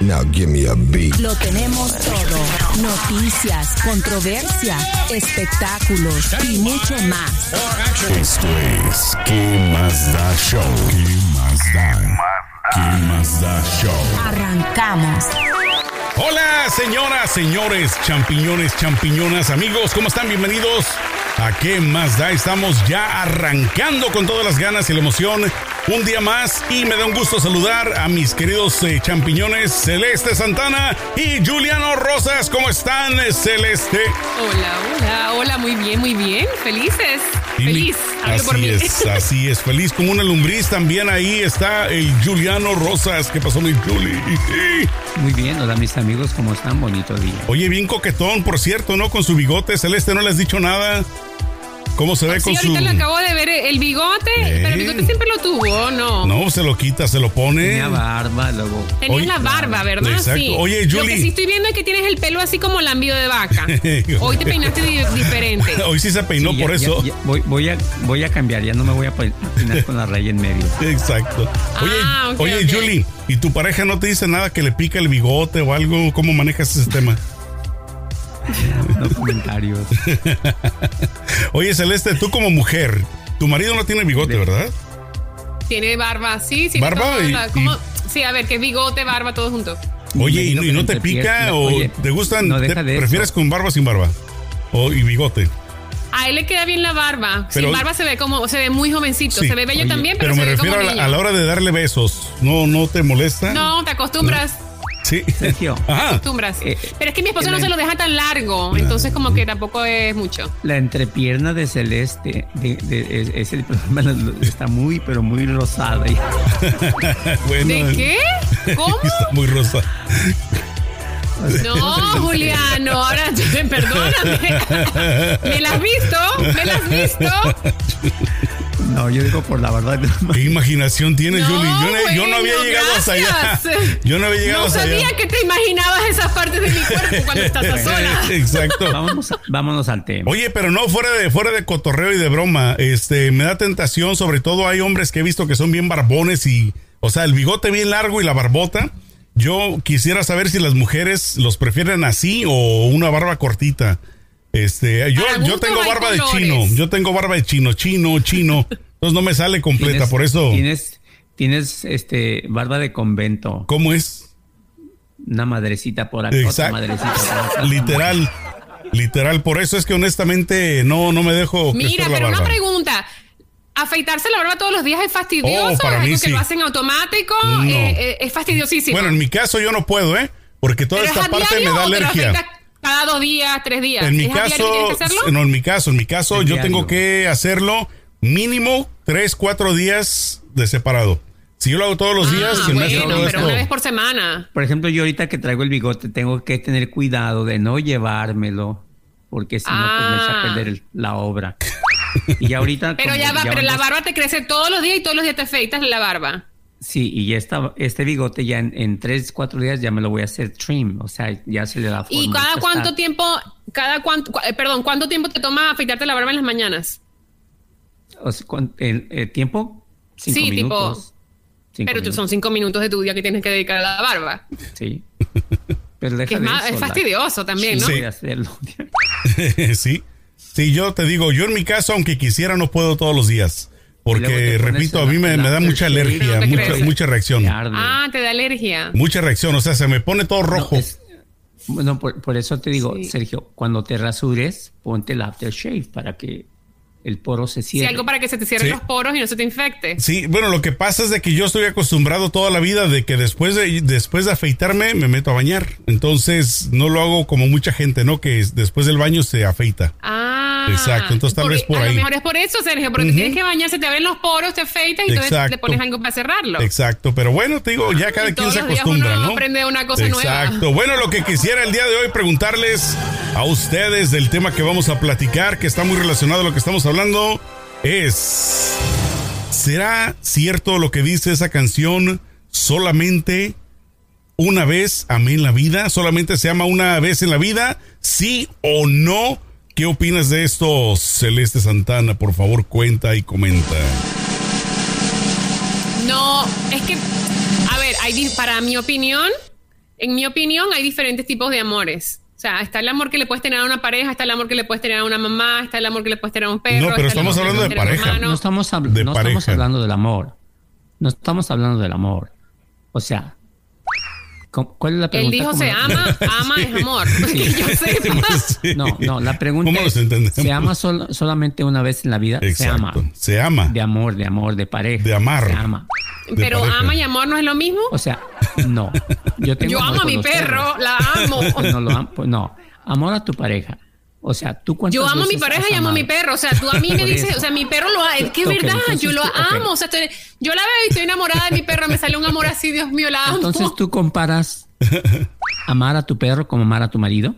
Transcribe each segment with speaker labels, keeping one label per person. Speaker 1: Now give me a beat.
Speaker 2: Lo tenemos todo. Noticias, controversia, espectáculos y mucho más.
Speaker 3: Esto es ¿Qué más da show? ¿Qué más da? ¿Qué más da show?
Speaker 2: Arrancamos.
Speaker 3: Hola señoras, señores, champiñones, champiñonas, amigos, ¿cómo están? Bienvenidos a ¿Qué más da? Estamos ya arrancando con todas las ganas y la emoción. Un día más y me da un gusto saludar a mis queridos eh, champiñones Celeste Santana y Juliano Rosas. ¿Cómo están, eh, Celeste?
Speaker 4: Hola, hola, hola, muy bien, muy bien. Felices.
Speaker 3: Y mi-
Speaker 4: Feliz. Hablo por
Speaker 3: Así
Speaker 4: mí.
Speaker 3: es, así es. Feliz como una lombriz también ahí está el Juliano Rosas. ¿Qué pasó, mi Juli?
Speaker 5: Muy bien, hola mis amigos, ¿cómo están? Bonito día.
Speaker 3: Oye, bien coquetón, por cierto, ¿no? Con su bigote celeste, ¿no le has dicho nada? ¿Cómo se ve
Speaker 4: Ah, Sí,
Speaker 3: con su...?
Speaker 4: ahorita le acabo de ver el bigote,
Speaker 3: Eh.
Speaker 4: pero el bigote siempre lo tuvo, ¿no?
Speaker 3: No, se lo quita, se lo pone.
Speaker 5: Tenía barba, luego.
Speaker 4: Tenías
Speaker 3: Oye,
Speaker 4: la barba, ¿verdad?
Speaker 3: exacto.
Speaker 4: Sí.
Speaker 3: Oye,
Speaker 4: Lo
Speaker 3: Julie.
Speaker 4: que sí estoy viendo es que tienes el pelo así como lambido de vaca. Hoy te peinaste di- diferente.
Speaker 3: Hoy sí se peinó
Speaker 5: Sí, ya-
Speaker 3: por
Speaker 5: ya-
Speaker 3: eso.
Speaker 5: ya- voy, voy a, voy a cambiar, ya no me voy a pe- a peinar con la raya en medio.
Speaker 3: Exacto. Oye,
Speaker 4: Ah, ok,
Speaker 3: oye
Speaker 4: ok.
Speaker 3: Julie, ¿y tu pareja no te dice nada que le pica el bigote o algo? ¿Cómo manejas ese tema?
Speaker 5: No comentarios.
Speaker 3: Oye, Celeste, tú como mujer, tu marido no tiene bigote, ¿verdad?
Speaker 4: Tiene barba, sí, sí.
Speaker 3: Barba
Speaker 4: todo,
Speaker 3: y-
Speaker 4: la- como- Sí, a ver, que es bigote, barba, todo junto.
Speaker 3: Oye, ¿y,
Speaker 5: Imagino
Speaker 3: y
Speaker 5: que
Speaker 3: no
Speaker 5: le
Speaker 3: te
Speaker 5: entrepier-
Speaker 3: pica
Speaker 5: no,
Speaker 3: o
Speaker 5: oye,
Speaker 3: te gustan?
Speaker 5: no
Speaker 3: te-
Speaker 5: deja de eso.
Speaker 3: ¿Prefieres con barba o sin barba? O, y bigote.
Speaker 4: A él le queda bien la barba.
Speaker 3: Pero-
Speaker 4: Sin barba se ve como, se ve muy jovencito.
Speaker 3: Sí.
Speaker 4: Se ve bello
Speaker 5: Oye,
Speaker 4: también, pero,
Speaker 3: Pero me
Speaker 4: se ve como
Speaker 3: refiero a la,
Speaker 4: niño.
Speaker 3: a la hora de darle besos. ¿No no te molesta?
Speaker 4: No, te acostumbras.
Speaker 3: Sí.
Speaker 5: Sergio,
Speaker 3: Ajá.
Speaker 4: acostumbras.
Speaker 5: Eh,
Speaker 4: Pero es que mi esposo
Speaker 5: el
Speaker 4: no se
Speaker 5: año-
Speaker 4: lo deja tan largo, entonces como que tampoco es mucho.
Speaker 5: la entrepierna de Celeste de- de- es, es el problema, lo- está muy, pero muy rosada. Y-
Speaker 3: Bueno,
Speaker 4: ¿De qué? ¿Cómo?
Speaker 3: Está muy rosa.
Speaker 4: No, Juliano, ahora perdóname. ¿Me la has visto? ¿Me la has visto?
Speaker 5: No, yo digo por la verdad.
Speaker 3: ¿Qué imaginación tienes,
Speaker 4: No,
Speaker 3: Julie? Yo no, yo no
Speaker 4: bueno,
Speaker 3: había llegado hasta allá.
Speaker 4: gracias.
Speaker 3: Yo no había llegado
Speaker 4: No
Speaker 3: hasta
Speaker 4: sabía
Speaker 3: allá.
Speaker 4: que te imaginabas esas partes de mi cuerpo cuando estás a solas.
Speaker 3: Exacto.
Speaker 5: Vámonos, vámonos al tema.
Speaker 3: Oye, pero no fuera de fuera de cotorreo y de broma, este me da tentación, sobre todo hay hombres que he visto que son bien barbones y o sea, el bigote bien largo y la barbota. Yo quisiera saber si las mujeres los prefieren así o una barba cortita. Este, yo,
Speaker 4: Para
Speaker 3: yo
Speaker 4: gustos
Speaker 3: tengo
Speaker 4: hay
Speaker 3: barba de
Speaker 4: colores.
Speaker 3: chino, yo tengo barba de chino, chino, chino. Entonces no me sale completa,
Speaker 5: Tienes-
Speaker 3: por eso
Speaker 5: Tienes, tienes este, barba de convento.
Speaker 3: ¿Cómo es?
Speaker 5: Una madrecita por acá, otra
Speaker 3: Exacto.
Speaker 5: madrecita por acá.
Speaker 3: Literal. Literal, por eso es que honestamente no, no me dejo.
Speaker 4: Mira,
Speaker 3: crecer la
Speaker 4: pero una
Speaker 3: barba.
Speaker 4: pregunta. Afeitarse la barba todos los días es fastidioso,
Speaker 3: Oh, para
Speaker 4: ¿Es
Speaker 3: mí
Speaker 4: algo que
Speaker 3: sí.
Speaker 4: lo hacen automático,
Speaker 3: No.
Speaker 4: Eh, eh, es fastidiosísimo.
Speaker 3: Bueno, en mi caso yo no puedo, ¿eh? Porque toda
Speaker 4: ¿Pero es
Speaker 3: esta
Speaker 4: a
Speaker 3: parte me
Speaker 4: diario
Speaker 3: da
Speaker 4: o te lo
Speaker 3: alergia.
Speaker 4: afeitas Cada dos días, tres días.
Speaker 3: En mi
Speaker 4: ¿Es a diario que
Speaker 3: caso,
Speaker 4: tienes que hacerlo?
Speaker 3: no, en mi caso, en mi caso,
Speaker 5: Es
Speaker 3: yo
Speaker 5: diario.
Speaker 3: tengo que hacerlo mínimo tres, cuatro días de separado. Si yo lo hago todos los días,
Speaker 4: ah,
Speaker 3: se me hace
Speaker 4: bueno,
Speaker 3: todo
Speaker 4: pero
Speaker 3: esto.
Speaker 4: una vez por semana.
Speaker 5: Por ejemplo, yo ahorita que traigo el bigote tengo que tener cuidado de no llevármelo, porque si no, pues me echa
Speaker 4: Ah.
Speaker 5: a perder el- la obra. Y ya ahorita...
Speaker 4: Pero
Speaker 5: como
Speaker 4: ya va, pero
Speaker 5: van
Speaker 4: la
Speaker 5: dos-
Speaker 4: barba te crece todos los días y todos los días te afeitas la barba.
Speaker 5: Sí, y ya está, este bigote ya en, en tres, cuatro días ya me lo voy a hacer trim, o sea, ya se le da forma.
Speaker 4: ¿Y cada
Speaker 5: ya
Speaker 4: cuánto
Speaker 5: está.
Speaker 4: tiempo, cada cuánto, cua- eh, perdón, cuánto tiempo te toma afeitarte la barba en las mañanas?
Speaker 5: O sea, ¿cuán- el- el ¿Tiempo? Cinco
Speaker 4: Sí, tipo-
Speaker 5: minutos. Cinco
Speaker 4: pero tú- son cinco minutos de tu día que tienes que dedicar a la barba.
Speaker 5: minutos, Sí. Pero deja
Speaker 4: Que es,
Speaker 5: de
Speaker 4: más,
Speaker 5: eso,
Speaker 4: es
Speaker 5: la-
Speaker 4: fastidioso también, ¿no?
Speaker 5: Sí.
Speaker 3: Sí.
Speaker 5: de hacerlo.
Speaker 3: sí. Sí, yo te digo, yo en mi caso, aunque quisiera, no puedo todos los días.
Speaker 5: Y luego
Speaker 3: Porque,
Speaker 5: te pones
Speaker 3: repito, a
Speaker 5: el-
Speaker 3: mí me,
Speaker 5: el
Speaker 3: me da
Speaker 5: after
Speaker 3: mucha
Speaker 5: shave.
Speaker 3: alergia,
Speaker 4: No te
Speaker 3: mucha,
Speaker 4: creas.
Speaker 3: mucha reacción.
Speaker 5: Me arde.
Speaker 4: Ah, te da alergia.
Speaker 3: Mucha reacción, o sea, se me pone todo rojo.
Speaker 5: No, es- bueno, por, por eso te digo,
Speaker 4: Sí.
Speaker 5: Sergio, cuando te rasures, ponte el aftershave para que el poro se
Speaker 4: Si
Speaker 5: cierre.
Speaker 4: algo para que se te cierren
Speaker 3: Sí.
Speaker 4: los poros y no se te infecte.
Speaker 3: Sí, bueno, lo que pasa es de que yo estoy acostumbrado toda la vida de que después de, después de afeitarme me meto a bañar. Entonces no lo hago como mucha gente, ¿no? Que es- después del baño se afeita.
Speaker 4: Ah,
Speaker 3: Exacto, entonces tal
Speaker 4: porque
Speaker 3: vez por
Speaker 4: a
Speaker 3: ahí.
Speaker 4: lo mejor es por eso, Sergio, porque
Speaker 3: Ujú.
Speaker 4: tienes que bañarse, te abren los poros, te afeitas y entonces le
Speaker 3: Exacto.
Speaker 4: pones algo para cerrarlo.
Speaker 3: Exacto, pero bueno, te digo, ya cada
Speaker 4: y
Speaker 3: quien
Speaker 4: todos
Speaker 3: se
Speaker 4: los días
Speaker 3: acostumbra,
Speaker 4: uno
Speaker 3: ¿no?
Speaker 4: aprende una cosa nueva.
Speaker 3: Exacto. Bueno, lo que quisiera el día de hoy preguntarles a ustedes del tema que vamos a platicar, que está muy relacionado a lo que estamos hablando, es ¿Será cierto lo que dice esa canción? Solamente una vez amé en la vida, solamente se ama una vez en la vida, sí o no. ¿Qué opinas de esto, Celeste Santana? Por favor, cuenta y comenta.
Speaker 4: No, es que, a ver, hay, di- para mi opinión, en mi opinión hay diferentes tipos de amores. O sea, está el amor que le puedes tener a una pareja, está el amor que le puedes tener a una mamá, está el amor que le puedes tener a un perro.
Speaker 3: No, pero
Speaker 4: está el
Speaker 3: estamos
Speaker 4: amor que le
Speaker 3: hablando de
Speaker 4: puedes tener a un
Speaker 3: pareja.
Speaker 4: hermano.
Speaker 5: No, estamos, hab-
Speaker 3: de
Speaker 5: no estamos
Speaker 3: pareja.
Speaker 5: hablando del amor. No estamos hablando del amor. O sea, ¿cu- ¿cuál es la
Speaker 4: Él
Speaker 5: pregunta?
Speaker 4: dijo
Speaker 5: ¿Cómo
Speaker 4: se
Speaker 5: la-
Speaker 4: ama, ama es amor. Que yo sepa.
Speaker 3: Sí.
Speaker 5: No, no, la pregunta
Speaker 3: ¿Cómo los
Speaker 5: es,
Speaker 3: entendemos?
Speaker 5: ¿se ama sol- solamente una vez en la vida? Se ama.
Speaker 3: Exacto. Se ama.
Speaker 5: De amor, de amor, de pareja.
Speaker 3: De amar.
Speaker 5: Se ama.
Speaker 3: de
Speaker 4: Pero
Speaker 3: pareja.
Speaker 4: ama y amor no es lo mismo.
Speaker 5: O sea, no. Yo, tengo
Speaker 4: Yo
Speaker 5: amor
Speaker 4: amo a
Speaker 5: con
Speaker 4: mi
Speaker 5: los perros.
Speaker 4: perro, la amo.
Speaker 5: Pues no, lo am- pues no. amor a tu pareja. O sea, tú cuántas
Speaker 4: Yo amo a mi
Speaker 5: veces
Speaker 4: pareja
Speaker 5: has
Speaker 4: y amo a mi
Speaker 5: amado?
Speaker 4: perro. O sea, tú a mí me
Speaker 5: Por
Speaker 4: dices,
Speaker 5: eso.
Speaker 4: o sea, mi perro lo ama. Es que es
Speaker 5: Ok,
Speaker 4: verdad,
Speaker 5: entonces
Speaker 4: yo lo
Speaker 5: tú- ok.
Speaker 4: amo. O sea, estoy- yo la veo y estoy enamorada de mi perro. Me sale un amor así, Dios mío, la amo.
Speaker 5: Entonces tú comparas amar a tu perro como amar a tu marido.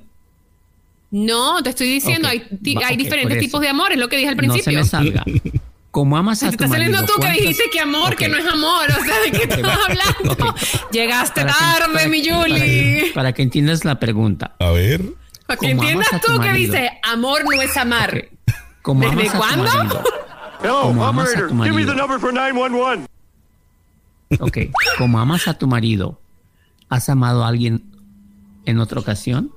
Speaker 4: No, te estoy diciendo,
Speaker 5: Ok,
Speaker 4: hay, ti-
Speaker 5: va,
Speaker 4: hay
Speaker 5: ok,
Speaker 4: diferentes
Speaker 5: por eso.
Speaker 4: tipos de amor, es lo que dije al
Speaker 5: No se
Speaker 4: principio.
Speaker 5: me salga. Como amas
Speaker 4: Se
Speaker 5: a
Speaker 4: te
Speaker 5: tu
Speaker 4: está saliendo
Speaker 5: marido,
Speaker 4: tú que
Speaker 5: ¿cuántas-
Speaker 4: dijiste que amor, que
Speaker 5: Ok,
Speaker 4: no es amor. O sea, ¿de qué
Speaker 5: ok,
Speaker 4: estás
Speaker 5: va.
Speaker 4: hablando?
Speaker 5: Ok.
Speaker 4: Llegaste
Speaker 5: Para que-
Speaker 4: tarde,
Speaker 5: para
Speaker 4: mi
Speaker 5: que- para que-
Speaker 4: Julie.
Speaker 5: Para que entiendas la pregunta.
Speaker 3: A ver.
Speaker 4: Para que
Speaker 5: como
Speaker 4: entiendas
Speaker 5: amas a tu
Speaker 4: tú que
Speaker 5: marido.
Speaker 4: dice amor no es amar.
Speaker 5: Ok. Como
Speaker 4: ¿Desde
Speaker 5: amas a tu
Speaker 4: cuándo?
Speaker 5: marido.
Speaker 6: Yo,
Speaker 5: Como amas a
Speaker 6: operator,
Speaker 5: tu
Speaker 6: give me
Speaker 5: marido.
Speaker 6: the number for 911.
Speaker 5: Ok. Como amas a tu marido, ¿has amado a alguien en otra ocasión?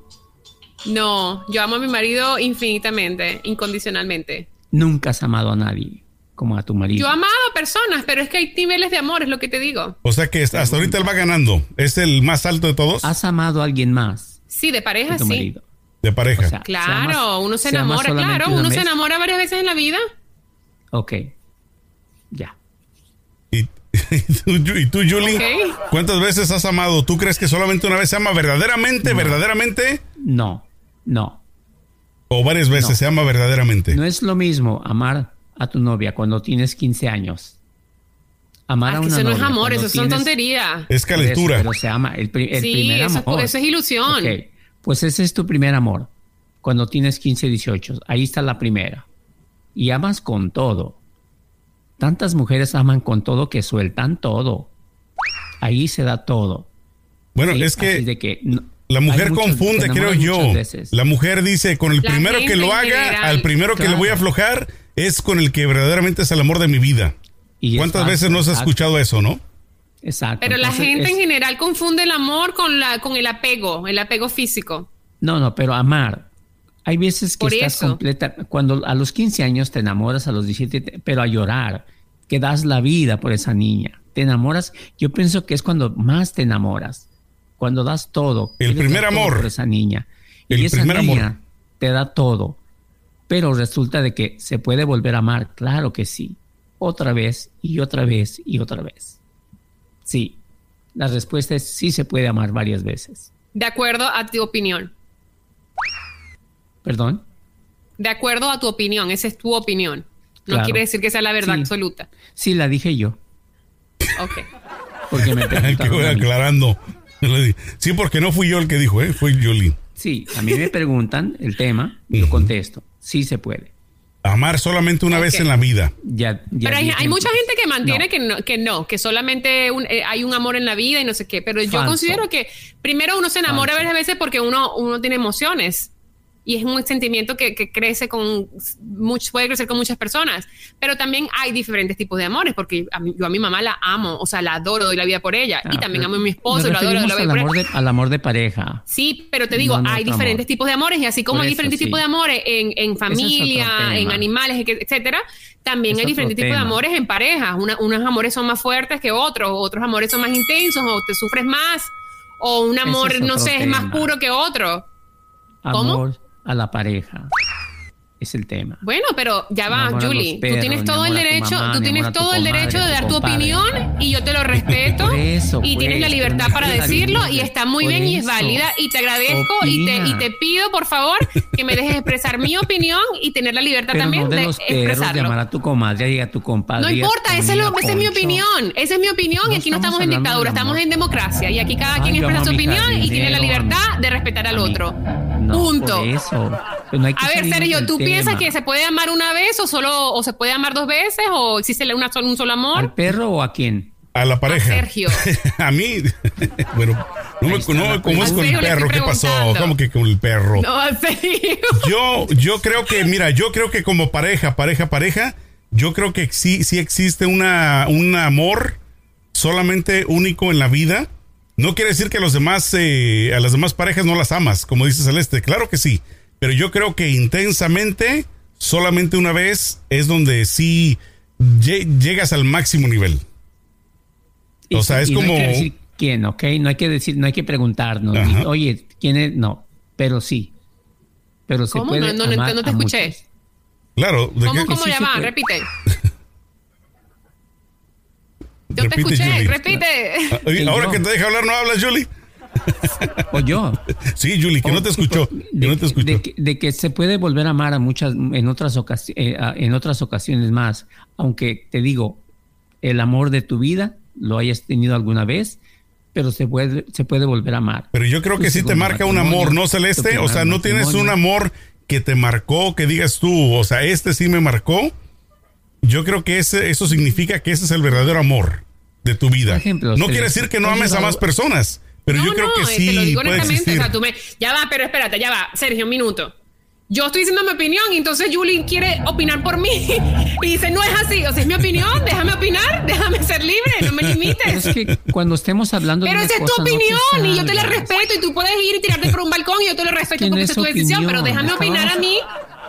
Speaker 4: No, yo amo a mi marido infinitamente, incondicionalmente.
Speaker 5: Nunca has amado a nadie como a tu marido.
Speaker 4: Yo amaba a personas, pero es que hay niveles de amor, es lo que te digo.
Speaker 3: O sea que hasta hasta ahorita él va ganando. Es el más alto de todos.
Speaker 5: ¿Has amado a alguien más
Speaker 4: Sí, de
Speaker 5: que
Speaker 4: pareja,
Speaker 5: tu
Speaker 4: sí.
Speaker 5: marido?
Speaker 3: De
Speaker 5: O
Speaker 3: pareja.
Speaker 5: sea,
Speaker 4: Claro,
Speaker 5: amas-
Speaker 4: uno se,
Speaker 5: ama
Speaker 4: enamora,
Speaker 5: solamente
Speaker 4: claro,
Speaker 5: una
Speaker 4: uno se
Speaker 5: vez?
Speaker 4: enamora varias veces en la vida.
Speaker 5: Ok. Ya.
Speaker 3: Y, y tú, Ju- y tú, Julie,
Speaker 4: Ok.
Speaker 3: ¿cuántas veces has amado? ¿Tú crees que solamente una vez se ama verdaderamente, verdaderamente?
Speaker 5: No, no.
Speaker 3: ¿O varias veces
Speaker 5: No.
Speaker 3: se ama verdaderamente?
Speaker 5: No es lo mismo amar a tu novia cuando tienes 15 años. Amar
Speaker 4: Ah,
Speaker 5: a
Speaker 4: que
Speaker 5: una
Speaker 4: eso no es
Speaker 5: novia
Speaker 4: amor,
Speaker 5: cuando
Speaker 4: eso son
Speaker 5: tienes-
Speaker 4: tonterías.
Speaker 3: es
Speaker 5: Por eso,
Speaker 3: calentura.
Speaker 5: Pero se ama. El, pri- el
Speaker 4: Sí,
Speaker 5: primer
Speaker 4: eso es-
Speaker 5: amor.
Speaker 4: eso es ilusión.
Speaker 5: Ok, Pues ese es tu primer amor. Cuando tienes 15, 18. Ahí está la primera. Y amas con todo. Tantas mujeres aman con todo que sueltan todo. Ahí se da todo.
Speaker 3: bueno,
Speaker 5: ¿sí?
Speaker 3: es
Speaker 5: Así
Speaker 3: que
Speaker 5: de que no-
Speaker 3: la
Speaker 5: hay
Speaker 3: mujer
Speaker 5: muchos-
Speaker 3: confunde,
Speaker 5: te
Speaker 3: creo
Speaker 5: enamoras
Speaker 3: yo.
Speaker 5: muchas veces.
Speaker 3: La mujer dice, con el
Speaker 4: La
Speaker 3: primero
Speaker 4: gente
Speaker 3: que lo
Speaker 4: en
Speaker 3: haga,
Speaker 4: general.
Speaker 3: al primero que le voy a
Speaker 5: Claro.
Speaker 3: aflojar, es con el que verdaderamente es el amor de mi vida.
Speaker 5: Y es
Speaker 3: ¿Cuántas
Speaker 5: falso,
Speaker 3: veces nos has
Speaker 5: exacto,
Speaker 3: escuchado eso, no?
Speaker 5: Exacto.
Speaker 4: Pero la
Speaker 5: Entonces,
Speaker 4: gente
Speaker 5: es-
Speaker 4: en general confunde el amor con la con el apego, el apego físico.
Speaker 5: No, no, pero amar. Hay veces que
Speaker 4: Por
Speaker 5: estás
Speaker 4: eso.
Speaker 5: completa. Cuando a los 15 años te enamoras, a los 17, te- pero a llorar, que das la vida por esa niña. Te enamoras. Yo pienso que es cuando más te enamoras. Cuando das todo.
Speaker 3: El
Speaker 5: quieres
Speaker 3: primer
Speaker 5: dar todo
Speaker 3: amor.
Speaker 5: Por esa niña.
Speaker 3: El
Speaker 5: y esa
Speaker 3: primer amor.
Speaker 5: niña te da todo. Pero resulta de que se puede volver a amar. Claro que sí. Otra vez y otra vez y otra vez. Sí. La respuesta es sí se puede amar varias veces.
Speaker 4: De acuerdo a tu opinión.
Speaker 5: Perdón.
Speaker 4: De acuerdo a tu opinión, esa es tu opinión. No
Speaker 5: Claro.
Speaker 4: quiere decir que sea la verdad
Speaker 5: Sí.
Speaker 4: absoluta.
Speaker 5: Sí, la dije yo.
Speaker 4: Ok.
Speaker 5: Porque me
Speaker 3: que voy
Speaker 5: preguntaron. a mí.
Speaker 3: aclarando. Sí, porque no fui yo el que dijo, ¿eh? fue Julie.
Speaker 5: Sí, a mí me preguntan el tema, yo contesto. Sí se puede.
Speaker 3: Amar solamente una vez
Speaker 4: Ok.
Speaker 3: en la vida.
Speaker 5: Ya, ya
Speaker 4: Pero hay,
Speaker 5: dije-
Speaker 4: hay mucha gente que mantiene
Speaker 5: No.
Speaker 4: que no, que no, que solamente un- eh, hay un amor en la vida y no sé qué. Pero yo
Speaker 5: Falso.
Speaker 4: considero que primero uno se enamora
Speaker 5: Falso.
Speaker 4: varias veces porque uno, uno tiene emociones. Y es un sentimiento que, que crece con mucho, puede crecer con muchas personas. Pero también hay diferentes tipos de amores, porque a mí- yo a mi mamá la amo, o sea, la adoro, doy la vida por ella.
Speaker 5: Ah,
Speaker 4: y también
Speaker 5: pero
Speaker 4: amo a mi esposo,
Speaker 5: nos
Speaker 4: lo adoro, doy la
Speaker 5: referimos
Speaker 4: vida por
Speaker 5: al
Speaker 4: él.
Speaker 5: amor, de, al amor de pareja.
Speaker 4: Sí, pero te digo,
Speaker 5: No, no
Speaker 4: hay
Speaker 5: otro amor.
Speaker 4: diferentes tipos de amores y así como hay
Speaker 5: Por eso,
Speaker 4: diferentes
Speaker 5: sí.
Speaker 4: tipos de amores en, en
Speaker 5: otro
Speaker 4: familia, en
Speaker 5: tema.
Speaker 4: animales, et- etcétera, también
Speaker 5: Es
Speaker 4: hay
Speaker 5: otro
Speaker 4: diferentes tipos de
Speaker 5: tema.
Speaker 4: amores en parejas. Una- unos amores son más fuertes que otros, otros amores son más intensos o te sufres más o un amor,
Speaker 5: es
Speaker 4: no
Speaker 5: otro
Speaker 4: sé, es más
Speaker 5: tema.
Speaker 4: puro que otro. ¿Cómo?
Speaker 5: Amor a la pareja. Es el tema.
Speaker 4: Bueno, pero ya
Speaker 5: Mi
Speaker 4: va,
Speaker 5: amor a los
Speaker 4: Julie, tú
Speaker 5: perros,
Speaker 4: tienes
Speaker 5: mi
Speaker 4: todo el
Speaker 5: amor a tu
Speaker 4: derecho,
Speaker 5: mamá,
Speaker 4: tú
Speaker 5: mi
Speaker 4: tienes
Speaker 5: amor a tu
Speaker 4: todo el
Speaker 5: comadre,
Speaker 4: derecho de
Speaker 5: tu
Speaker 4: dar tu
Speaker 5: compadre.
Speaker 4: opinión y yo te lo respeto
Speaker 5: Por eso,
Speaker 4: y tienes
Speaker 5: pues,
Speaker 4: la libertad
Speaker 5: pero
Speaker 4: para
Speaker 5: no es la
Speaker 4: decirlo y
Speaker 5: vida.
Speaker 4: está muy
Speaker 5: Por
Speaker 4: bien y es
Speaker 5: eso.
Speaker 4: válida y te agradezco y te, y
Speaker 5: Opina.
Speaker 4: te pido por favor que me dejes expresar mi opinión y tener la libertad
Speaker 5: Pero
Speaker 4: también
Speaker 5: no de,
Speaker 4: de,
Speaker 5: los perros, de
Speaker 4: expresarlo.
Speaker 5: amar a tu comadre y a tu compadre.
Speaker 4: no
Speaker 5: y a tu
Speaker 4: importa, esa es, lo-
Speaker 5: niña
Speaker 4: esa es mi
Speaker 5: Poncho.
Speaker 4: opinión, esa es mi opinión
Speaker 5: No
Speaker 4: y aquí no estamos
Speaker 5: estamos
Speaker 4: en
Speaker 5: hablando
Speaker 4: dictadura,
Speaker 5: de
Speaker 4: estamos
Speaker 5: amor.
Speaker 4: en democracia y aquí cada
Speaker 5: Ay,
Speaker 4: quien
Speaker 5: yo
Speaker 4: expresa
Speaker 5: amo
Speaker 4: su
Speaker 5: a mi
Speaker 4: opinión y tiene la
Speaker 5: jardinero, a mi-
Speaker 4: libertad de respetar al
Speaker 5: a mi-
Speaker 4: otro.
Speaker 5: No,
Speaker 4: Punto.
Speaker 5: por eso. Pero no hay que
Speaker 4: A ver,
Speaker 5: salirnos
Speaker 4: Sergio,
Speaker 5: del
Speaker 4: ¿tú piensas
Speaker 5: tema.
Speaker 4: que se puede amar una vez o solo o se puede amar dos veces o existe la- una sol- un solo
Speaker 5: ¿Al
Speaker 4: amor?
Speaker 5: perro o a quién?
Speaker 3: A la pareja.
Speaker 4: Sergio.
Speaker 3: a mí. bueno, no me,
Speaker 5: Ahí está
Speaker 3: no
Speaker 5: la
Speaker 4: pregunta.
Speaker 3: me confundas con el
Speaker 4: Sergio, le
Speaker 3: perro. ¿Qué
Speaker 4: estoy
Speaker 3: pasó?
Speaker 4: preguntando.
Speaker 3: ¿Cómo que con el perro?
Speaker 4: No, Sergio.
Speaker 3: Yo, yo creo que, mira, yo creo que como pareja, pareja, pareja, yo creo que sí, sí existe una, un amor solamente único en la vida. No quiere decir que los demás, eh, a las demás parejas no las amas, como dice Celeste, claro que sí. Pero yo creo que intensamente, solamente una vez es donde sí lle- llegas al máximo nivel. O sea, es
Speaker 5: no hay
Speaker 3: como-
Speaker 5: que decir quién, ¿ok? No hay que decir, no hay que preguntarnos.
Speaker 3: Ajá.
Speaker 5: ni, Oye, ¿quién es? No, pero sí. Pero se
Speaker 4: ¿Cómo?
Speaker 5: puede
Speaker 4: No, no, no,
Speaker 5: amar
Speaker 4: no te
Speaker 5: a
Speaker 4: escuché.
Speaker 5: muchos.
Speaker 3: Claro, de
Speaker 4: ¿Cómo,
Speaker 3: que-
Speaker 4: cómo
Speaker 5: sí
Speaker 4: le
Speaker 5: se
Speaker 4: llaman?
Speaker 5: puede.
Speaker 4: Repite. Yo te
Speaker 3: Repite,
Speaker 4: escuché,
Speaker 3: Julie.
Speaker 4: repite.
Speaker 3: Oye,
Speaker 5: que
Speaker 3: ahora
Speaker 5: yo-
Speaker 3: que te deja hablar, no hablas, Julie.
Speaker 5: O yo.
Speaker 3: Sí, Julie, que no te escuchó. Que
Speaker 5: Oh, De,
Speaker 3: no te escuchó.
Speaker 5: de que- de que se puede volver a amar a muchas, en otras, ocasi- eh, a- en otras ocasiones más. Aunque te digo, el amor de tu vida lo hayas tenido alguna vez, pero se puede, se puede volver a amar.
Speaker 3: Pero yo creo
Speaker 5: Tu
Speaker 3: que sí te
Speaker 5: segundo
Speaker 3: marca un
Speaker 5: matrimonio,
Speaker 3: amor, ¿no,
Speaker 5: tu
Speaker 3: Celeste?
Speaker 5: primer
Speaker 3: O sea, no tienes un
Speaker 5: matrimonio.
Speaker 3: amor que te marcó, que digas tú, o sea, este sí me marcó. Yo creo que ese, eso significa que ese es el verdadero amor de tu vida.
Speaker 5: Por ejemplo,
Speaker 3: no
Speaker 5: Celeste,
Speaker 3: quiere decir que no
Speaker 5: ¿has
Speaker 3: ames a
Speaker 5: llevado-
Speaker 3: más personas, pero yo creo
Speaker 4: eh, te
Speaker 3: que
Speaker 4: lo
Speaker 3: sí
Speaker 4: digo
Speaker 3: puede
Speaker 4: honestamente, o
Speaker 3: existir.
Speaker 4: sea, tú me- ya va, pero espérate, ya va. Sergio, un minuto. Yo estoy diciendo mi opinión y entonces Julie quiere opinar por mí y dice, no es así, o sea, es mi opinión, déjame opinar, déjame ser libre, no me
Speaker 5: Pero
Speaker 4: limites.
Speaker 5: es que cuando estemos hablando de
Speaker 4: Pero
Speaker 5: una
Speaker 4: esa es tu
Speaker 5: cosa, no te
Speaker 4: opinión y yo te la
Speaker 5: salgas.
Speaker 4: respeto y tú puedes ir y tirarte por un balcón y yo te lo respeto
Speaker 5: que no
Speaker 4: porque esa es tu decisión, pero
Speaker 5: opinión.
Speaker 4: déjame opinar a
Speaker 5: Estamos-
Speaker 4: mí.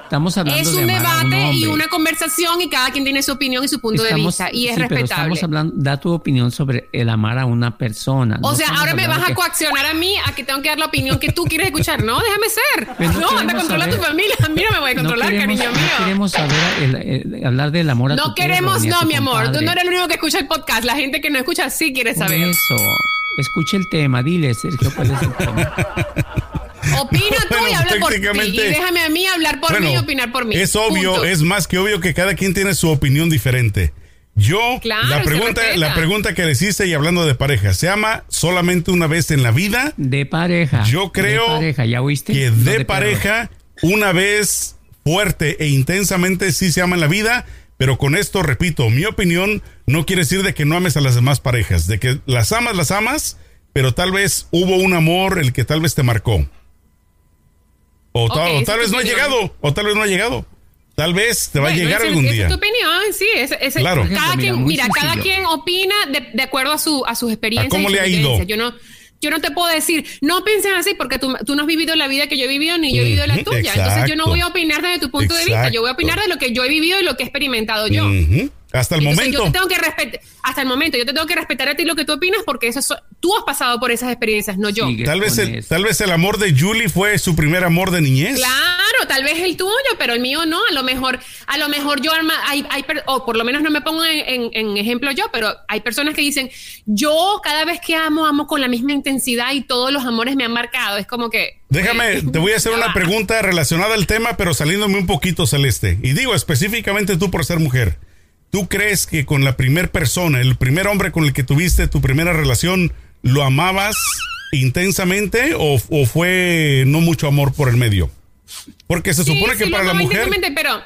Speaker 5: Estamos hablando
Speaker 4: Es
Speaker 5: de
Speaker 4: un
Speaker 5: amar a
Speaker 4: debate y
Speaker 5: hombre.
Speaker 4: una conversación y cada quien tiene su opinión y su punto de
Speaker 5: Estamos-
Speaker 4: vista y es
Speaker 5: sí, pero
Speaker 4: respetable.
Speaker 5: estamos hablando, da tu opinión sobre el amar a una persona.
Speaker 4: O
Speaker 5: no
Speaker 4: sea,
Speaker 5: estamos
Speaker 4: ahora me
Speaker 5: hablando
Speaker 4: vas a
Speaker 5: que-
Speaker 4: coaccionar a mí a que tengo que dar la opinión que tú quieres escuchar. No, déjame ser.
Speaker 5: Pero no
Speaker 4: no, anda
Speaker 5: queremos
Speaker 4: a controlar tu
Speaker 5: saber-
Speaker 4: familia. A mí no me voy a controlar,
Speaker 5: no queremos,
Speaker 4: cariño
Speaker 5: no
Speaker 4: mío.
Speaker 5: queremos saber el- el- hablar del amor a tu
Speaker 4: no
Speaker 5: perro,
Speaker 4: queremos,
Speaker 5: ni a
Speaker 4: no,
Speaker 5: tu
Speaker 4: mi amor. Tú
Speaker 5: compadre.
Speaker 4: no eres el único que escucha el podcast. La gente que no escucha sí quiere
Speaker 5: Por
Speaker 4: saber.
Speaker 5: eso. Escucha el tema, dile, Sergio, cuál es el tema.
Speaker 4: Opina tú y
Speaker 3: Bueno,
Speaker 4: habla por ti. Y
Speaker 3: técnicamente-
Speaker 4: déjame a mí hablar por mí y
Speaker 3: Bueno,
Speaker 4: opinar por mí.
Speaker 3: Es obvio,
Speaker 4: Punto.
Speaker 3: es más que obvio que cada quien tiene su opinión diferente. Yo,
Speaker 4: Claro, y
Speaker 3: la,
Speaker 4: se
Speaker 3: pregunta,
Speaker 4: respeta.
Speaker 3: la pregunta que les hice y hablando de pareja, ¿se ama solamente una vez en la vida?
Speaker 5: De pareja.
Speaker 3: Yo creo
Speaker 5: Ah, De pareja, ¿ya oíste?
Speaker 3: que
Speaker 5: No
Speaker 3: de
Speaker 5: perro.
Speaker 3: pareja, una vez fuerte e intensamente sí se ama en la vida, pero con esto, repito, mi opinión no quiere decir de que no ames a las demás parejas, de que las amas, las amas, pero tal vez hubo un amor el que tal vez te marcó. O, ta-
Speaker 4: Ok,
Speaker 3: o
Speaker 4: esa es
Speaker 3: tal
Speaker 4: tu
Speaker 3: vez no ha
Speaker 4: opinión.
Speaker 3: llegado, o tal vez no ha llegado. Tal vez te va
Speaker 4: Bueno,
Speaker 3: a llegar
Speaker 4: esa-
Speaker 3: algún
Speaker 4: esa
Speaker 3: día.
Speaker 4: Es tu opinión, sí. ese- ese-
Speaker 3: Claro. Por
Speaker 5: ejemplo,
Speaker 4: Cada
Speaker 5: mira,
Speaker 4: quien,
Speaker 5: muy
Speaker 4: mira, cada
Speaker 5: sencillo.
Speaker 4: quien opina de, de acuerdo a, su, a sus experiencias.
Speaker 3: ¿A cómo
Speaker 4: y
Speaker 3: le
Speaker 4: sus
Speaker 3: ha ido?
Speaker 4: vivencias. Yo no, yo no te puedo decir, no pienses así porque tú, tú no has vivido la vida que yo he vivido ni yo he vivido la
Speaker 3: Ujú,
Speaker 4: tuya. Entonces yo no
Speaker 3: exacto.
Speaker 4: voy a opinar desde tu punto de vista. Yo voy a
Speaker 3: Exacto.
Speaker 4: opinar de lo que yo he vivido y lo que he experimentado yo.
Speaker 3: Ujú. Hasta el
Speaker 4: Entonces,
Speaker 3: momento.
Speaker 4: Yo te tengo que respetar, hasta el momento, yo te tengo que respetar a ti lo que tú opinas porque eso es- tú has pasado por esas experiencias, no yo.
Speaker 5: Sigue
Speaker 3: Tal vez,
Speaker 5: con
Speaker 3: el,
Speaker 5: eso.
Speaker 3: tal vez el amor de Julie fue su primer amor de niñez.
Speaker 4: Claro, tal vez el tuyo, pero el mío no. A lo mejor, a lo mejor yo arma, hay, hay per- o por lo menos no me pongo en, en- en ejemplo yo, pero hay personas que dicen, yo cada vez que amo, amo con la misma intensidad y todos los amores me han marcado. Es como que. eh,
Speaker 3: Déjame, te voy a hacer
Speaker 4: Ya
Speaker 3: una
Speaker 4: va.
Speaker 3: pregunta relacionada al tema, pero saliéndome un poquito celeste. Y digo específicamente tú por ser mujer. ¿Tú crees que con la primer persona, el primer hombre con el que tuviste tu primera relación, lo amabas intensamente o, o fue no mucho amor por el medio? Porque se
Speaker 4: Sí,
Speaker 3: supone que
Speaker 4: sí, lo
Speaker 3: para la
Speaker 4: amaba
Speaker 3: mujer...
Speaker 4: intensamente, Pero,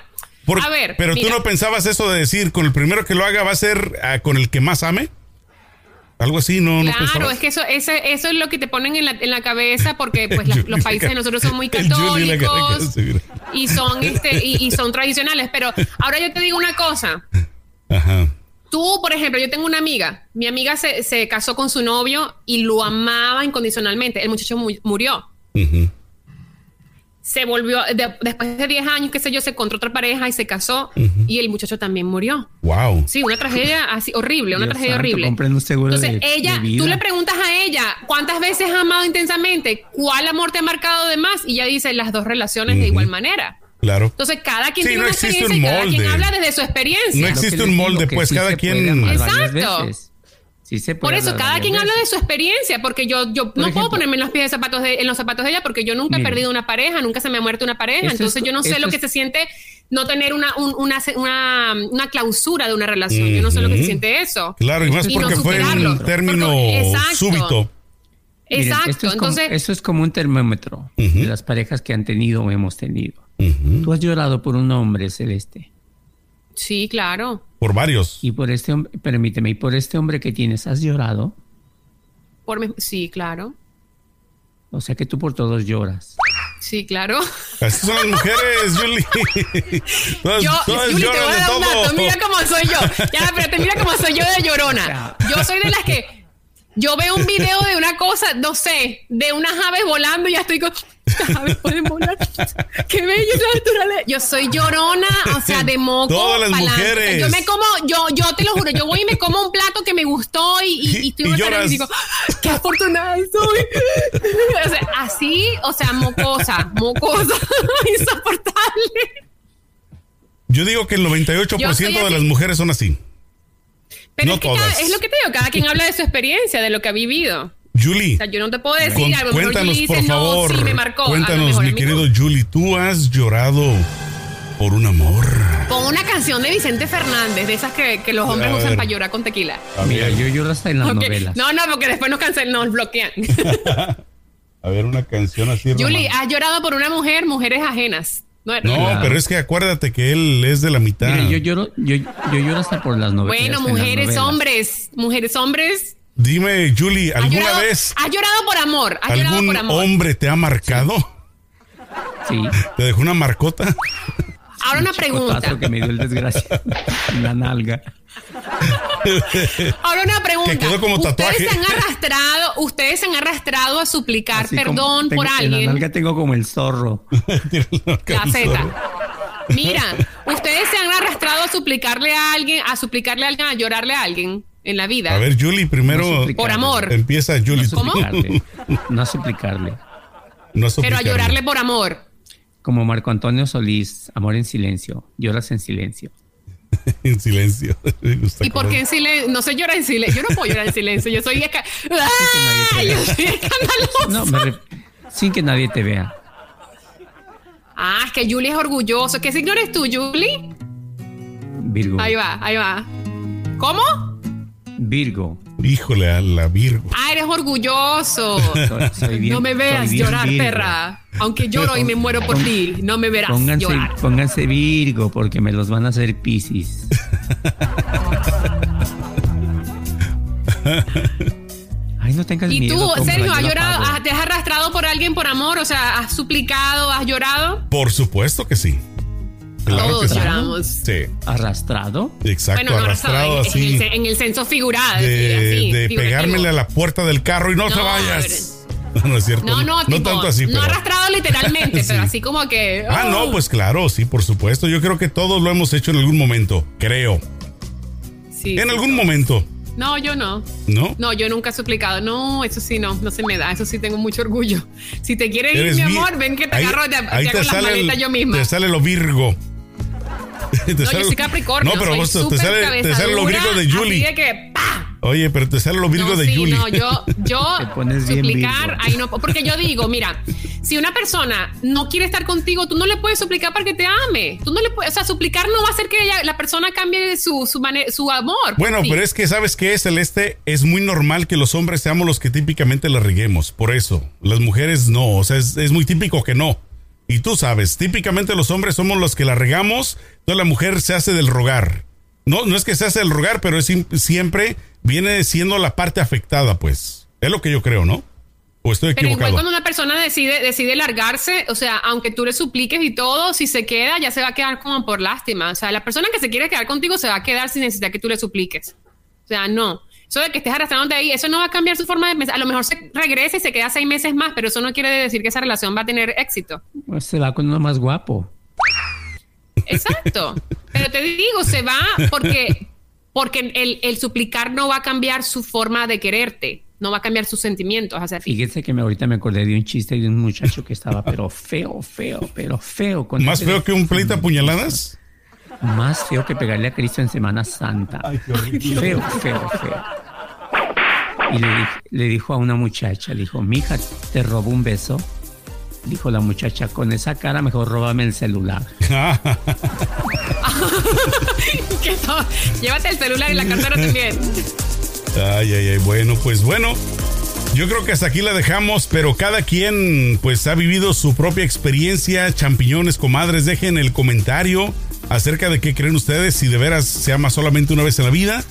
Speaker 3: por-
Speaker 4: a ver.
Speaker 3: pero
Speaker 4: mira,
Speaker 3: tú no pensabas eso de decir, con el primero que lo haga va a ser ah, con el que más ame. Algo así, no, no
Speaker 4: Claro,
Speaker 3: pensabas.
Speaker 4: es que eso, ese- eso es lo que te ponen en la, en la cabeza porque pues las-
Speaker 3: Julie
Speaker 4: los
Speaker 3: la
Speaker 4: países de
Speaker 3: ca-
Speaker 4: nosotros son muy
Speaker 3: el Julie la ca-
Speaker 4: católicos
Speaker 3: sí, mira.
Speaker 4: y son este y, y son tradicionales. Pero ahora yo te digo una cosa.
Speaker 3: Ajá.
Speaker 4: Tú, por ejemplo, yo tengo una amiga. Mi amiga se, se casó con su novio y lo amaba incondicionalmente. El muchacho mu- murió.
Speaker 3: Ujú.
Speaker 4: Se volvió, de- después de 10 años, qué sé yo, se encontró otra pareja y se casó. Y el muchacho también murió.
Speaker 3: Wow.
Speaker 4: Sí, una tragedia así horrible, una
Speaker 5: Dios
Speaker 4: tragedia
Speaker 5: santo,
Speaker 4: horrible.
Speaker 5: compren un seguro
Speaker 4: Entonces,
Speaker 5: de-
Speaker 4: ella,
Speaker 5: de vida.
Speaker 4: tú le preguntas a ella cuántas veces ha amado intensamente, cuál amor te ha marcado de más, y ella dice las dos relaciones de igual manera.
Speaker 3: Claro.
Speaker 4: Entonces, cada quien
Speaker 3: Sí,
Speaker 4: tiene
Speaker 3: no
Speaker 4: una
Speaker 3: existe
Speaker 4: experiencia
Speaker 3: un
Speaker 4: y cada quien
Speaker 3: molde.
Speaker 4: habla desde su experiencia.
Speaker 3: No existe
Speaker 5: Lo que
Speaker 3: un
Speaker 5: les
Speaker 3: molde,
Speaker 5: digo, que
Speaker 3: pues,
Speaker 5: sí
Speaker 3: cada
Speaker 5: se
Speaker 3: quien-
Speaker 5: puede amar varias
Speaker 4: Exacto.
Speaker 5: veces. Sí se
Speaker 4: Por
Speaker 5: puede
Speaker 4: eso,
Speaker 5: amar
Speaker 4: cada
Speaker 5: varias
Speaker 4: quien habla de
Speaker 5: veces.
Speaker 4: su experiencia, porque yo, yo no
Speaker 5: ejemplo.
Speaker 4: puedo ponerme en los pies de zapatos de, en los zapatos de ella, porque yo nunca
Speaker 5: Mira.
Speaker 4: he perdido una pareja, nunca se me ha muerto una pareja,
Speaker 5: Eso es
Speaker 4: entonces
Speaker 5: co-
Speaker 4: yo no sé
Speaker 5: eso
Speaker 4: lo que
Speaker 5: es-
Speaker 4: se siente no tener una, un- una, una, una clausura de una relación, yo no sé lo que se
Speaker 3: Ujú.
Speaker 4: siente eso.
Speaker 3: Claro, y más
Speaker 4: Y no
Speaker 3: porque fue un
Speaker 4: superarlo.
Speaker 3: término
Speaker 4: Porque- exacto.
Speaker 3: súbito.
Speaker 5: Miren,
Speaker 4: Exacto.
Speaker 5: esto es como-
Speaker 4: Entonces,
Speaker 5: eso es como un termómetro de las parejas que han tenido o hemos tenido. Tú has llorado por un hombre celeste
Speaker 4: sí, claro.
Speaker 3: Por varios.
Speaker 5: y por este hombre, permíteme, y por este hombre que tienes, has llorado.
Speaker 4: Por mi- sí, claro.
Speaker 5: O sea que tú por todos lloras.
Speaker 4: Sí, claro.
Speaker 3: Así son las mujeres, Julie. Todas,
Speaker 4: Yo,
Speaker 3: todas
Speaker 4: Yuli, te
Speaker 3: lloran
Speaker 4: voy a
Speaker 3: de
Speaker 4: dar un
Speaker 3: todo.
Speaker 4: dato. Mira cómo soy yo. Ya, espérate, mira cómo soy yo de llorona. Yo soy de las que. Yo veo un video de una cosa, no sé, de unas aves volando y ya estoy con. Las aves pueden volar. Qué bello es la naturaleza. Yo soy llorona, o sea, de moco.
Speaker 3: Todas las
Speaker 4: pa'lante.
Speaker 3: mujeres.
Speaker 4: Yo me como, yo, yo te lo juro, yo voy y me como un plato que me gustó y, y, y estoy en
Speaker 3: Y
Speaker 4: una tarde
Speaker 3: lloras.
Speaker 4: y digo, "Ah, qué afortunada soy. O sea, así, o sea, mocosa, mocosa, insoportable.
Speaker 3: Yo digo que el 98%
Speaker 4: Yo soy
Speaker 3: de
Speaker 4: así.
Speaker 3: las mujeres son así.
Speaker 4: Pero
Speaker 3: No
Speaker 4: es, que cada-
Speaker 3: todas.
Speaker 4: es lo que te digo, cada quien habla de su experiencia, de lo que ha vivido. O
Speaker 3: Julie,
Speaker 4: sea, yo no te puedo decir,
Speaker 3: con-
Speaker 4: a lo mejor
Speaker 3: cuéntanos
Speaker 4: Julie
Speaker 3: por
Speaker 4: dice,
Speaker 3: favor.
Speaker 4: no, sí, me marcó. A lo
Speaker 3: cuéntanos,
Speaker 4: mejor a
Speaker 3: mi
Speaker 4: mí
Speaker 3: querido
Speaker 4: no.
Speaker 3: Julie, tú has llorado por un amor.
Speaker 4: Pon una canción de Vicente Fernández, de esas que, que los hombres
Speaker 3: A ver.
Speaker 4: usan para llorar con tequila.
Speaker 5: Ah, Mira, yo lloro hasta en las
Speaker 4: Ok.
Speaker 5: novelas.
Speaker 4: No, no, porque después nos cancelan, nos bloquean.
Speaker 3: A ver, una canción así.
Speaker 4: Julie, ah,
Speaker 3: romántica.
Speaker 4: has llorado por una mujer, mujeres ajenas. No,
Speaker 3: No,
Speaker 5: Claro.
Speaker 3: pero es que acuérdate que él es de la mitad.
Speaker 5: Mira, yo lloro, yo, yo lloro hasta por las novelas.
Speaker 4: Bueno,
Speaker 5: en las
Speaker 4: mujeres,
Speaker 5: novelas.
Speaker 4: hombres, mujeres, hombres.
Speaker 3: Dime, Julie,
Speaker 4: ¿Has
Speaker 3: ¿alguna
Speaker 4: llorado,
Speaker 3: vez
Speaker 4: has llorado por amor? ¿Has llorado
Speaker 3: algún
Speaker 4: por amor?
Speaker 3: hombre te ha marcado?
Speaker 5: Sí.
Speaker 3: ¿Te dejó una marcota?
Speaker 4: Ahora una pregunta.
Speaker 5: Cotazo que me dio el desgracia en la nalga.
Speaker 4: Ahora una pregunta.
Speaker 3: Que quedó como tatuaje.
Speaker 4: Ustedes se han arrastrado, ustedes se han arrastrado a suplicar
Speaker 5: Así como
Speaker 4: perdón
Speaker 5: tengo-
Speaker 4: por
Speaker 5: En la
Speaker 4: alguien.
Speaker 5: nalga tengo como el zorro.
Speaker 4: La Z. Mira, ustedes se han arrastrado a suplicarle a alguien, a suplicarle a alguien, a llorarle a alguien en la vida.
Speaker 3: A ver, Julie,
Speaker 5: No
Speaker 3: primero
Speaker 5: suplicarle.
Speaker 4: por amor.
Speaker 3: empieza
Speaker 5: No
Speaker 3: Julie. tú.
Speaker 5: suplicarle. No suplicarle.
Speaker 3: No
Speaker 4: pero a
Speaker 3: suplicarle.
Speaker 4: llorarle por amor.
Speaker 5: Como Marco Antonio Solís, amor en silencio. Lloras en silencio.
Speaker 3: en silencio. Me gusta
Speaker 4: ¿Y por
Speaker 3: cómo-
Speaker 4: qué en silencio? No sé llorar en silencio. Yo no puedo llorar en silencio. Yo soy esca- ¡Ah! Yo soy escandalosa.
Speaker 5: No, me re- sin que nadie te vea.
Speaker 4: Ah, es que Julie es orgulloso. ¿Qué signo eres tú, Julie?
Speaker 5: Virgo.
Speaker 4: Ahí va, ahí va. ¿Cómo?
Speaker 5: Virgo.
Speaker 3: Híjole, a la Virgo.
Speaker 4: Ah, eres orgulloso.
Speaker 5: Soy- soy bien-
Speaker 4: no me
Speaker 5: soy
Speaker 4: veas
Speaker 5: bien
Speaker 4: llorar,
Speaker 5: virgo.
Speaker 4: perra. Aunque lloro y me muero por
Speaker 5: Pon-
Speaker 4: ti. No me verás
Speaker 5: Pónganse,
Speaker 4: llorar.
Speaker 5: pónganse Virgo porque me los van a hacer Piscis. Ay, no tengas
Speaker 4: Y
Speaker 5: miedo.
Speaker 4: tú,
Speaker 5: cómprala,
Speaker 4: Sergio,
Speaker 5: yo
Speaker 4: has
Speaker 5: la
Speaker 4: llorado,
Speaker 5: pago.
Speaker 4: ¿Has- te has arrastrado por alguien por amor, o sea, has suplicado, has llorado.
Speaker 3: Por supuesto que sí. Claro que
Speaker 4: Todos
Speaker 3: sí.
Speaker 4: lloramos.
Speaker 3: Sí,
Speaker 4: Ah.
Speaker 5: ¿Arrastrado?
Speaker 3: exacto, arrastrado
Speaker 4: en, en
Speaker 3: así.
Speaker 4: el, sen- en el senso figurado.
Speaker 3: de,
Speaker 4: así,
Speaker 3: de
Speaker 4: figurativo.
Speaker 3: pegármele a la puerta del carro y no,
Speaker 4: No,
Speaker 3: te vayas. No, no es cierto.
Speaker 4: No, no, tipo,
Speaker 3: tanto así,
Speaker 4: no
Speaker 3: pero.
Speaker 4: arrastrado literalmente,
Speaker 3: Sí.
Speaker 4: pero así como que.
Speaker 3: Ah,
Speaker 4: oh.
Speaker 3: no, pues claro, sí, por supuesto. Yo creo que todos lo hemos hecho en algún momento, creo.
Speaker 4: Sí,
Speaker 3: En
Speaker 4: sí.
Speaker 3: algún momento,
Speaker 4: No, yo no.
Speaker 3: ¿no?
Speaker 4: No, yo nunca he suplicado. No, eso sí, no, no se me da. Eso sí tengo mucho orgullo. Si te quieres ir,
Speaker 3: Eres
Speaker 4: mi
Speaker 3: vi-
Speaker 4: amor, ven que te
Speaker 3: ahí-
Speaker 4: agarro, te,
Speaker 3: ahí
Speaker 4: te hago las
Speaker 3: el-
Speaker 4: maletas yo misma.
Speaker 3: Te sale lo virgo. Te
Speaker 4: no, yo soy Capricornio.
Speaker 3: No, pero
Speaker 4: soy
Speaker 3: vos te
Speaker 4: súper
Speaker 3: sale, te sale lo
Speaker 4: cabezadura,
Speaker 3: virgo de
Speaker 4: así
Speaker 3: Julie.
Speaker 4: de que, ¡pa!
Speaker 3: Oye, pero te sale lo virgo
Speaker 4: no,
Speaker 3: de
Speaker 4: sí,
Speaker 3: Julie.
Speaker 4: No, yo, yo
Speaker 5: Te pones bien
Speaker 4: suplicar,
Speaker 5: virgo.
Speaker 4: ahí no, porque yo digo, mira, si una persona no quiere estar contigo, tú no le puedes suplicar para que te ame. Tú no le puedes, o sea, suplicar no va a hacer que ella- la persona cambie su, su, mane- su amor.
Speaker 3: Bueno, pero es que sabes que celeste es muy normal que los hombres seamos los que típicamente la riguemos, por eso. Las mujeres no, o sea, es, es muy típico que no. Y tú sabes, típicamente los hombres somos los que la regamos, entonces la mujer se hace del rogar. No, no es que se hace del rogar, pero es sim- siempre viene siendo la parte afectada, pues. Es lo que yo creo, ¿no? O estoy
Speaker 4: Pero igual
Speaker 3: equivocado.
Speaker 4: cuando una persona decide, decide largarse, o sea, aunque tú le supliques y todo, si se queda, ya se va a quedar como por lástima. O sea, la persona que se quiere quedar contigo se va a quedar sin necesidad que tú le supliques. O sea, no. Eso de que estés arrastrándote ahí, eso no va a cambiar su forma de pensar. A lo mejor se regresa y se queda seis meses más, pero eso no quiere decir que esa relación va a tener éxito.
Speaker 5: Pues se va con uno más guapo.
Speaker 4: Exacto. Pero te digo, se va porque, porque el, el suplicar no va a cambiar su forma de quererte, no va a cambiar sus sentimientos hacia ti.
Speaker 5: Fíjense que me, ahorita me acordé de un chiste de un muchacho que estaba, pero feo, feo, pero feo. con
Speaker 3: Más
Speaker 5: ese-
Speaker 3: feo que un pleito a puñaladas.
Speaker 5: Más feo que pegarle a Cristo en Semana Santa. feo, feo, feo. Y le, di- le dijo a una muchacha, le dijo, mija, ¿te robó un beso? Dijo la muchacha, con esa cara mejor róbame el celular.
Speaker 4: Que no, llévate el celular y la cartera también.
Speaker 3: Ay, ay, ay. Bueno, pues bueno. Yo creo que hasta aquí la dejamos, pero cada quien pues ha vivido su propia experiencia. Champiñones, comadres, dejen el comentario acerca de qué creen ustedes, si de veras se ama solamente una vez en la vida,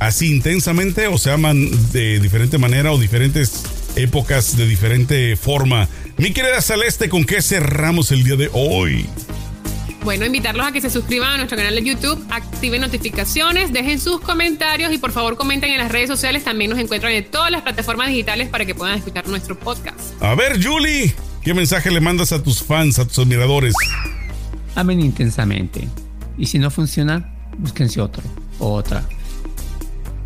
Speaker 3: así intensamente, o se aman de diferente manera o diferentes épocas de diferente forma. Mi querida Celeste, ¿con qué cerramos el día de hoy?
Speaker 4: Bueno, invitarlos a que se suscriban a nuestro canal de YouTube, activen notificaciones, dejen sus comentarios y por favor comenten en las redes sociales. También nos encuentran en todas las plataformas digitales para que puedan escuchar nuestro podcast.
Speaker 3: A ver, Julie, ¿qué mensaje le mandas a tus fans, a tus admiradores?
Speaker 5: Amen intensamente. Y si no funciona, búsquense otro o otra.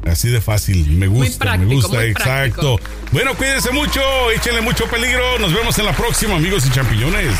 Speaker 3: Así de fácil, me gusta,
Speaker 4: práctico,
Speaker 3: me gusta,
Speaker 4: muy
Speaker 3: exacto. Bueno, cuídense mucho, échenle mucho peligro. Nos vemos en la próxima, amigos y champiñones.